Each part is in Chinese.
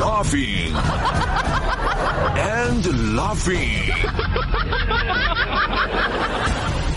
laughing, and laughing.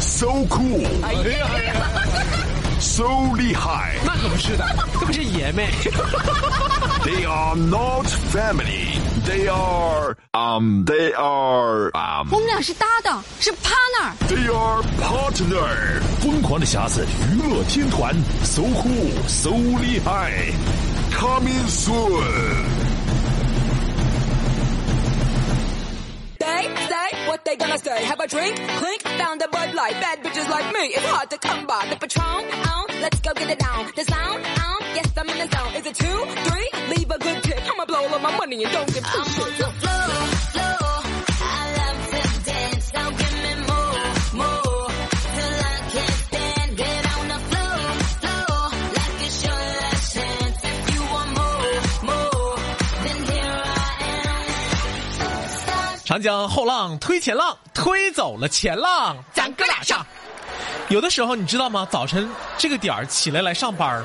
So cool, so 厉害.那可不是的，这不是爷们。 They are not family. They are um. They are um. 我们俩是搭档，是 partner。 They are partner. 疯狂的匣子娱乐天团，so cool, so 厉害，coming soon. They say what they gonna say. Have a drink, clink, found a Bud Light. Bad bitches like me, it's hard to come by. The Patron, on, let's go get it down. The sound, on, yes, I'm in the zone. Is it two, three? Leave a good tip. I'ma blow all of my money and don't give two shits. I am. 长江后浪推前浪，推走了前浪，咱哥俩上。有的时候你知道吗？早晨这个点儿起来来上班儿，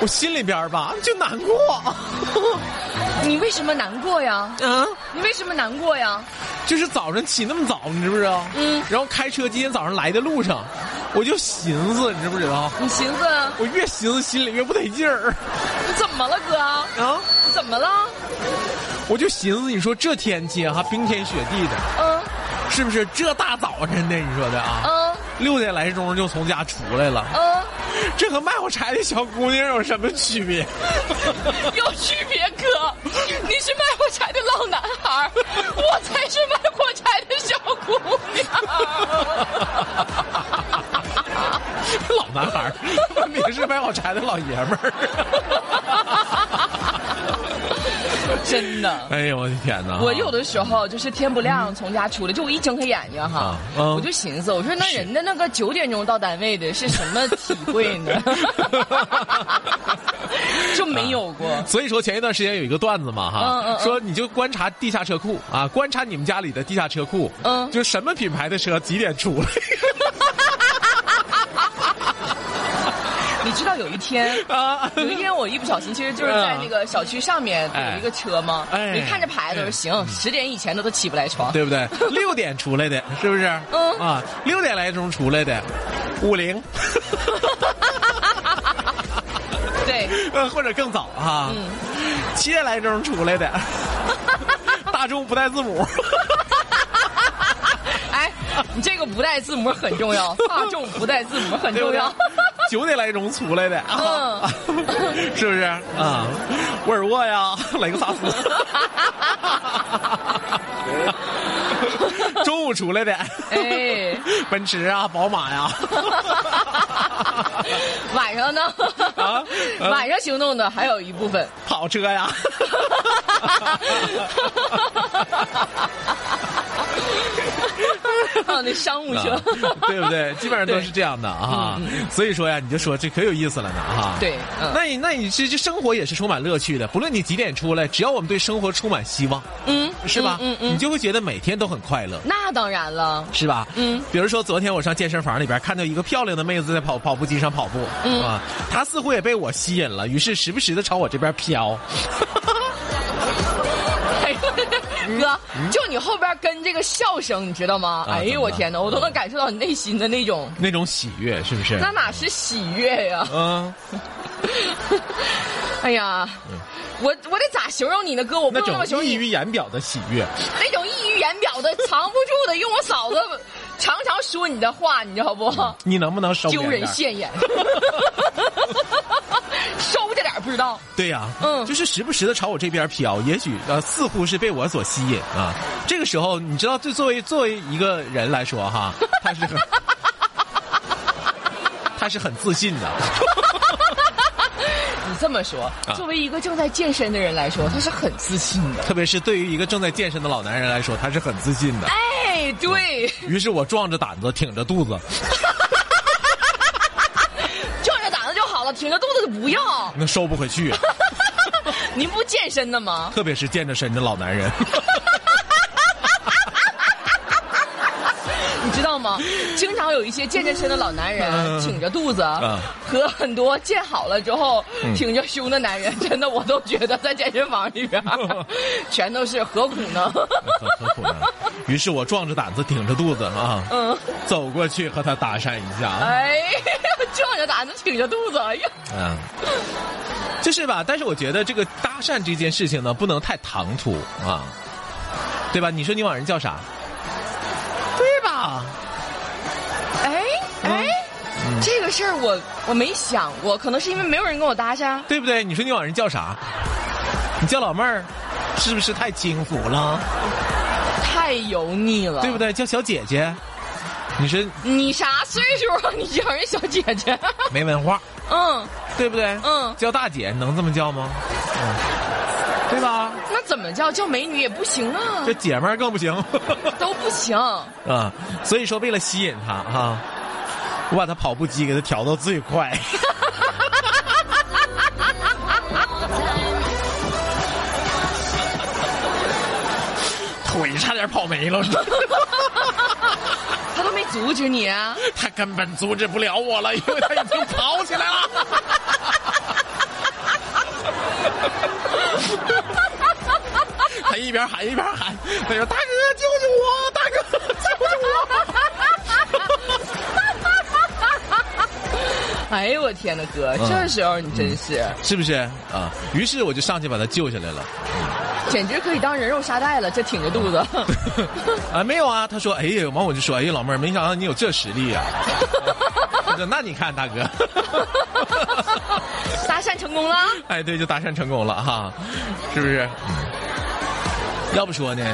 我心里边儿吧就难过。 你为什么难过呀？嗯，你为什么难过呀？就是早上起那么早，你知不知道？嗯然后开车今天早上来的路上，我就寻思，你知不知道？你寻思我越寻思心里越不得劲儿你怎么了，哥？啊！你怎么了？我就寻思，你说这天气哈、冰天雪地的，嗯是不是？这大早晨的，你说的啊？嗯六点来钟就从家出来了，嗯，这和卖火柴的小姑娘有什么区别？ 有区别，哥。你是卖火柴的老男孩，我才是卖火柴的小姑娘。老男孩儿，你是卖火柴的老爷们 儿。真的。哎呦我的天哪！我有的时候就是天不亮从家出来，就我一睁开眼睛哈啊，嗯我就寻思，我说那人家那个九点钟到单位的是什么体会呢？就没有过。所以说前一段时间有一个段子嘛哈，嗯嗯嗯说你就观察地下车库啊，观察你们家里的地下车库，嗯就什么品牌的车几点出来你知道有一天，啊？ 有一天我一不小心，其实就是在那个小区上面哎有一个车嘛，哎你看着牌子我说行，十点以前的都起不来床。 对不对？六点出来的，是不是？嗯啊，六点来钟出来的，五零，对，呃或者更早啊，嗯七点来钟出 来的，大众不带字母，哎，你这个不带字母很重要，大众不带字母很对不重对要。？嗯九点来钟出来的，啊， 是不是啊？沃尔沃呀， 雷克萨 斯，中午出来的，哎， 奔驰啊，宝马 呀，晚上呢？啊呃 晚上行动的还有一部 分。 跑车呀。还有那商务车啊， 对不对？基本上都是这样的啊，所以说呀，你就说这可有意思了呢啊。对嗯那你那你这这生活也是充满乐趣的，不论你几点出来，只要我们对生活充满希望，嗯，是吧？嗯嗯你嗯，就会觉得每天都很快乐。那当然了，是吧？嗯，比如说昨天我上健身房里边看到一个漂亮的妹子在跑跑步机上跑步，嗯啊，她似乎也被我吸引了，于是时不时的朝我这边飘。 哎呦哥，就你后边跟这个笑声，你知道吗？啊哎怎呦么嗯我了天哪，我都能感受到你内心的那种，那种喜悦是不是？那哪是喜悦呀？嗯，哎呀，我我得咋形容你呢，哥？我不那知道怎么形种容溢你，于言表的喜悦，那种溢于言表的、藏不住的，用我嫂子 常常说你的话，你知道不？ 你能不能收敛丢点人儿现眼， 收着点儿不知道。对呀、嗯就是时不时的朝我这边飘，也许呃似乎是被我所吸引啊。这个时候，你知道，这作为作为一个人来说 哈，他是很他是很自信的，你这么说，啊作为一个正在健身的人来说，他是很自信的。嗯特别是对于一个正在健身的老男人来说，他是很自信的。哎，对对，于是我壮着胆子，挺着肚子，壮着胆子就好了，挺着肚子的不要。那收不回 去，您不健身的吗？特别是健着身的老 男人。你知道吗？经常有一些健健身的老男人嗯挺着肚子嗯，和很多健好了之后挺着胸的男人，真的我都觉得在健身房里边 全都是何苦呢？何何苦呢？于是我壮着胆子，挺着肚子啊，嗯，走过去和他搭讪一下。哎呀，壮着胆子挺着肚子，哎呀，嗯，就是吧？但是我觉得这个搭讪这件事情呢，不能太唐突啊，对吧？你说你往人叫啥？对吧？哎哎，嗯这个事儿我我没想过，可能是因为没有人跟我搭讪。对不对？你说你往人叫啥？你叫老妹儿，是不是太轻浮了？太油腻了，对不对？对？叫小姐姐，你说你啥岁数啊？你叫人小姐姐？没文化，嗯，对不对？嗯叫大姐能这么叫吗？嗯，对吧？那怎么叫叫美女也不行啊这，姐们儿更不行都不行。啊！所以说，为了吸引她啊，我把她跑步机给她调到最快。 腿差点跑没了， 他都没阻止你、啊，他根本阻止不了我了，因为他已经跑起来了。 他一边喊一边喊，他说：“大哥救救我，大哥救救我哎呦我天呐，哥，嗯这时候你真是，！”是不是啊？于是我就上去把他救下来了。简直可以当人肉沙袋了，这挺着肚 子。啊，没有啊，他说：“哎呀，完我就说，哎呀，老妹儿，没想到你有这实力 呀、啊。”他说：“那你看，大哥。” 搭讪成功了，哎，对，就搭讪成功了哈，是不是？嗯要不说呢，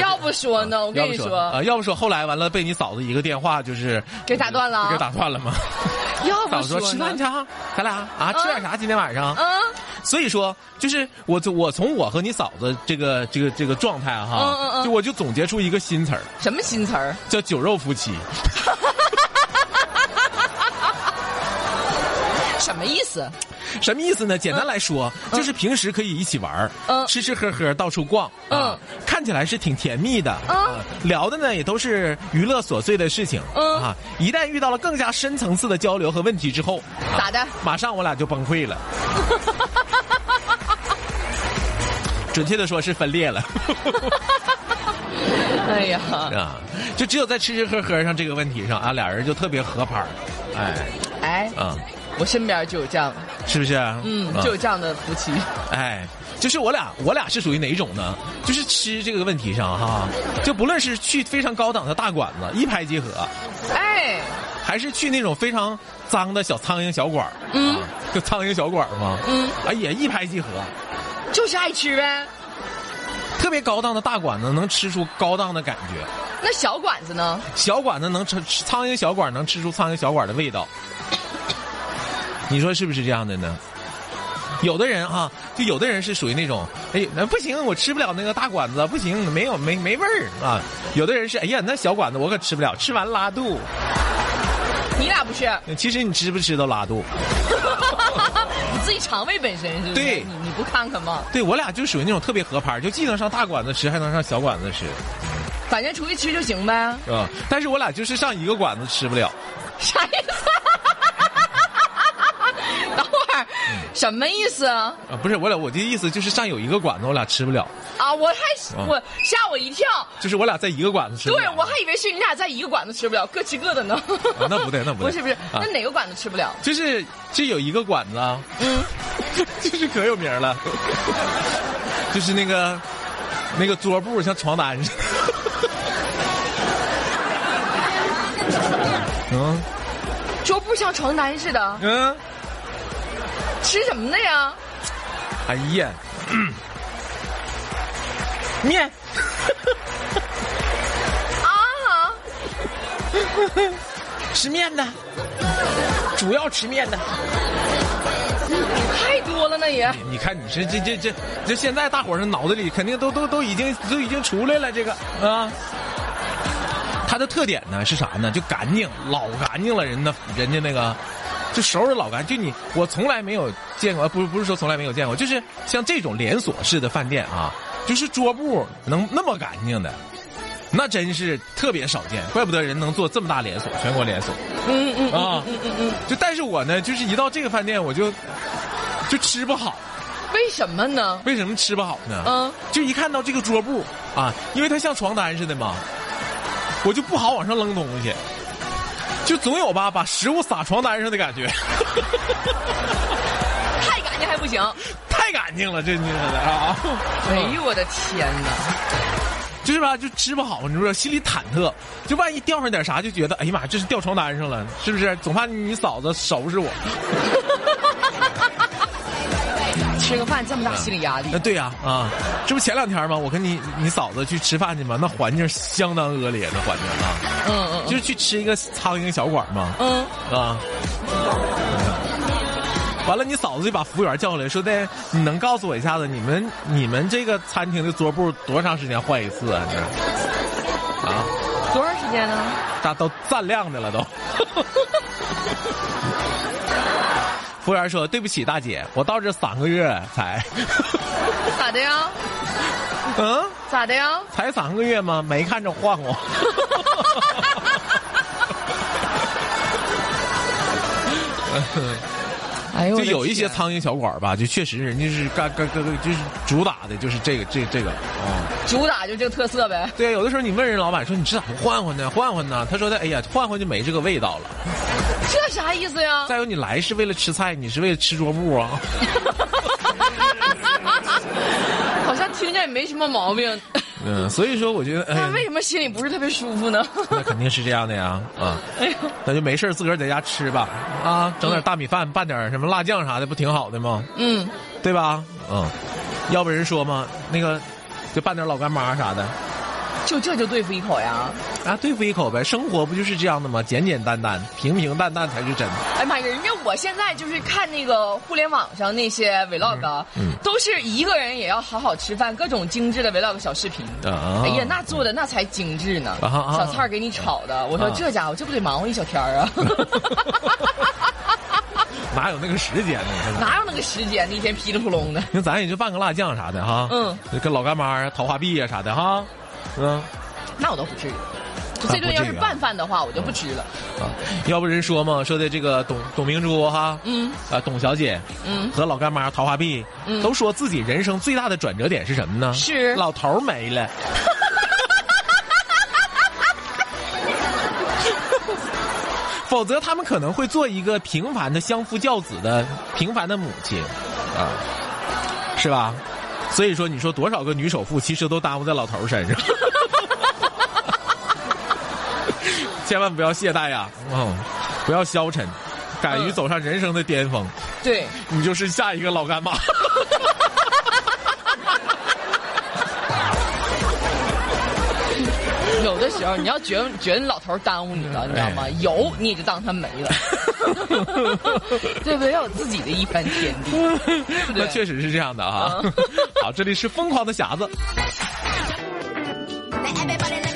要不说呢，我要跟不你说啊、说，要不说后来完了被你嫂子一个电话就是给打断了啊给打 断了吗？要嫂不子说吃呢饭去，啊，咱俩啊吃点啥今天晚上？嗯所以说，就是我从我从我和你嫂子这个这个这个状态哈，嗯嗯嗯就我就总结出一个新词儿，什么新词儿？叫酒肉夫妻。什么意思？什么意思呢？简单来说，就是平时可以一起玩儿，嗯吃吃喝喝到处逛，啊，看起来是挺甜蜜的，嗯啊，聊的呢也都是娱乐琐碎的事情，嗯啊，一旦遇到了更加深层次的交流和问题之后，啊咋的？马上我俩就崩 溃了。准确的说是 分裂了哎呀， 啊，就只有在吃吃喝喝上这个问题上啊，俩人就特别合拍儿，哎，哎，啊，我身边就有这样的，是不是？嗯，啊就有这样的夫妻，哎，就是我俩，我俩是属于哪一种呢？就是吃这个问题上哈、就不论是去非常高档的大馆子一拍即合，哎，还是去那种非常脏的小苍蝇小馆儿，嗯啊，就苍蝇小馆儿嘛，嗯，啊也一拍即合。就是爱吃呗。特别高档的大馆子能吃出高档的感觉，那小馆子呢？小馆子能吃吃苍蝇小馆儿能吃出苍蝇小馆儿的味道，你说是不是这样的呢？有的人哈、就有的人是属于那种，哎，那不行，我吃不了那个大馆子，不行，没有没没味儿啊。有的人是，哎呀，那小馆子我可吃不了，吃完拉肚。你俩不是？其实你吃不吃都拉肚。你自己肠胃本身是不是？对你你不看看吗？对我俩就属于那种特别合拍儿，就既能上大馆子吃，还能上小馆子吃，反正出去吃就行呗，是吧？但是我俩就是上一个馆子吃不了，啥意思？ 等会儿，什么意思啊？啊，不是我俩，我的意思就是上有一个馆子我俩吃不了，啊，我还、啊我吓我一跳，就是我俩在一个馆子吃对不了。我还以为是你俩在一个馆子吃不了，各吃各的呢。啊那不对那不 不对是不是，啊那哪个馆子吃不了？就是这有一个馆子，啊，嗯， 就是可有名儿了，就是那个那个桌布像床单似的。 嗯桌布像床单似的，嗯，吃什么的呀？哎呀，面啊，吃面的，主要吃面的。太多了那也。你看你这这这这这现在大伙儿的脑子里肯定都都都已经都已经出来了这个啊。它的特点呢是啥呢？就干净，老干净了，人的人家那个，就收拾老干净。就你我从来没有见过，呃不是不是说从来没有见过，就是像这种连锁式的饭店啊，就是桌布能那么干净的，那真是特别少见，怪不得人能做这么大连锁，全国连锁。嗯嗯嗯啊，嗯嗯就但是我呢，就是一到这个饭店我就就吃不好，嗯，为什么呢？为什么吃不好呢？嗯，就一看到这个桌布啊，因为它像床单似的嘛，我就不好往上扔东西，就总有吧把食物撒床单上的感觉， 太干净还不行？太干净了，这真的啊！哎呦我的天哪！就是吧，就吃不好，你知不知道？心里忐忑，就万一掉上点啥，就觉得哎呀妈，这是掉床单上了，是不是？总怕你嫂子收拾我。吃个饭这么大心理压力那，对呀、啊，这不前两天吗？我跟你你嫂子去吃饭去嘛，那环境相当恶劣的环境啊，嗯嗯就是去吃一个苍蝇小馆嘛，嗯，啊。完了，你嫂子就把服务员叫过来，说的，你能告诉我一下子，你们你们这个餐厅的桌布多长时间换一次啊？这啊，多长时间呢？大都锃亮的了都。 服务员说：“对不起，大姐，我到这三个月才，咋的呀？嗯，咋的呀？才三个月吗？没看着换过。”哎呦就有一些苍蝇小馆儿吧，就确实人家是干干干，干就是主打的就是这个这这个。哦，主打就这个特色呗。对，啊有的时候你问人老板说你这咋不换换呢？换换呢？他说的，哎呀，换换就没这个味道了。这啥意思呀？ 再有你来是为了吃菜，你是为了吃桌布啊？好像听着也没什么毛 病，嗯，所以说我觉得，哎但，为什么心里不是特别舒服呢？那肯定是这样的呀，啊，哎呦，那就没事儿自个儿在家吃吧，啊，整点大米饭，拌点什么辣酱啥的，不挺好的吗？嗯，对吧？嗯，要不人说嘛，那个就拌点老干妈啥的。就这就对付一口呀？啊，对付一口呗，生活不就是这样的吗？简简单单，平平淡淡才是真的。哎妈呀，人家我现在就是看那个互联网上那些 vlog，啊、嗯嗯都是一个人也要好好吃饭，各种精致的 vlog 小视频。啊哎呀，那做的那才精致呢，啊啊小菜儿给你炒的，我说啊这家伙这不得忙活一小天儿啊？ 哪有那个时间呢？真的哪有那个时间？那一天噼里扑隆的。那咱也就拌个辣酱啥的哈，嗯，跟老干妈啊、桃花碧啊啥的哈，嗯那我倒不至于。就啊这顿不要至是于啊拌饭的话，我就不吃了。啊，要不人说嘛，说的这个董董明珠哈，嗯啊，董小姐，嗯和老干妈桃花碧，嗯都说自己人生最大的转折点是什么呢？是老头儿 没了。否则他们可能会做一个平凡的相夫教子的平凡的母亲，啊，是吧？所以说，你说多少个女首富其实都耽误在老头儿 身上，千万不要懈怠呀，嗯，不要消沉，敢于嗯走上人生的巅峰。对，你就是下一个老干妈。有的时候你要觉得觉得老头儿耽误你了，你知道哎吗？有你也就当他没 了，对不对？要有自己的一番天地，对不 那对？确实是这样的啊 嗯。好，这里是疯狂的匣子。 Everybody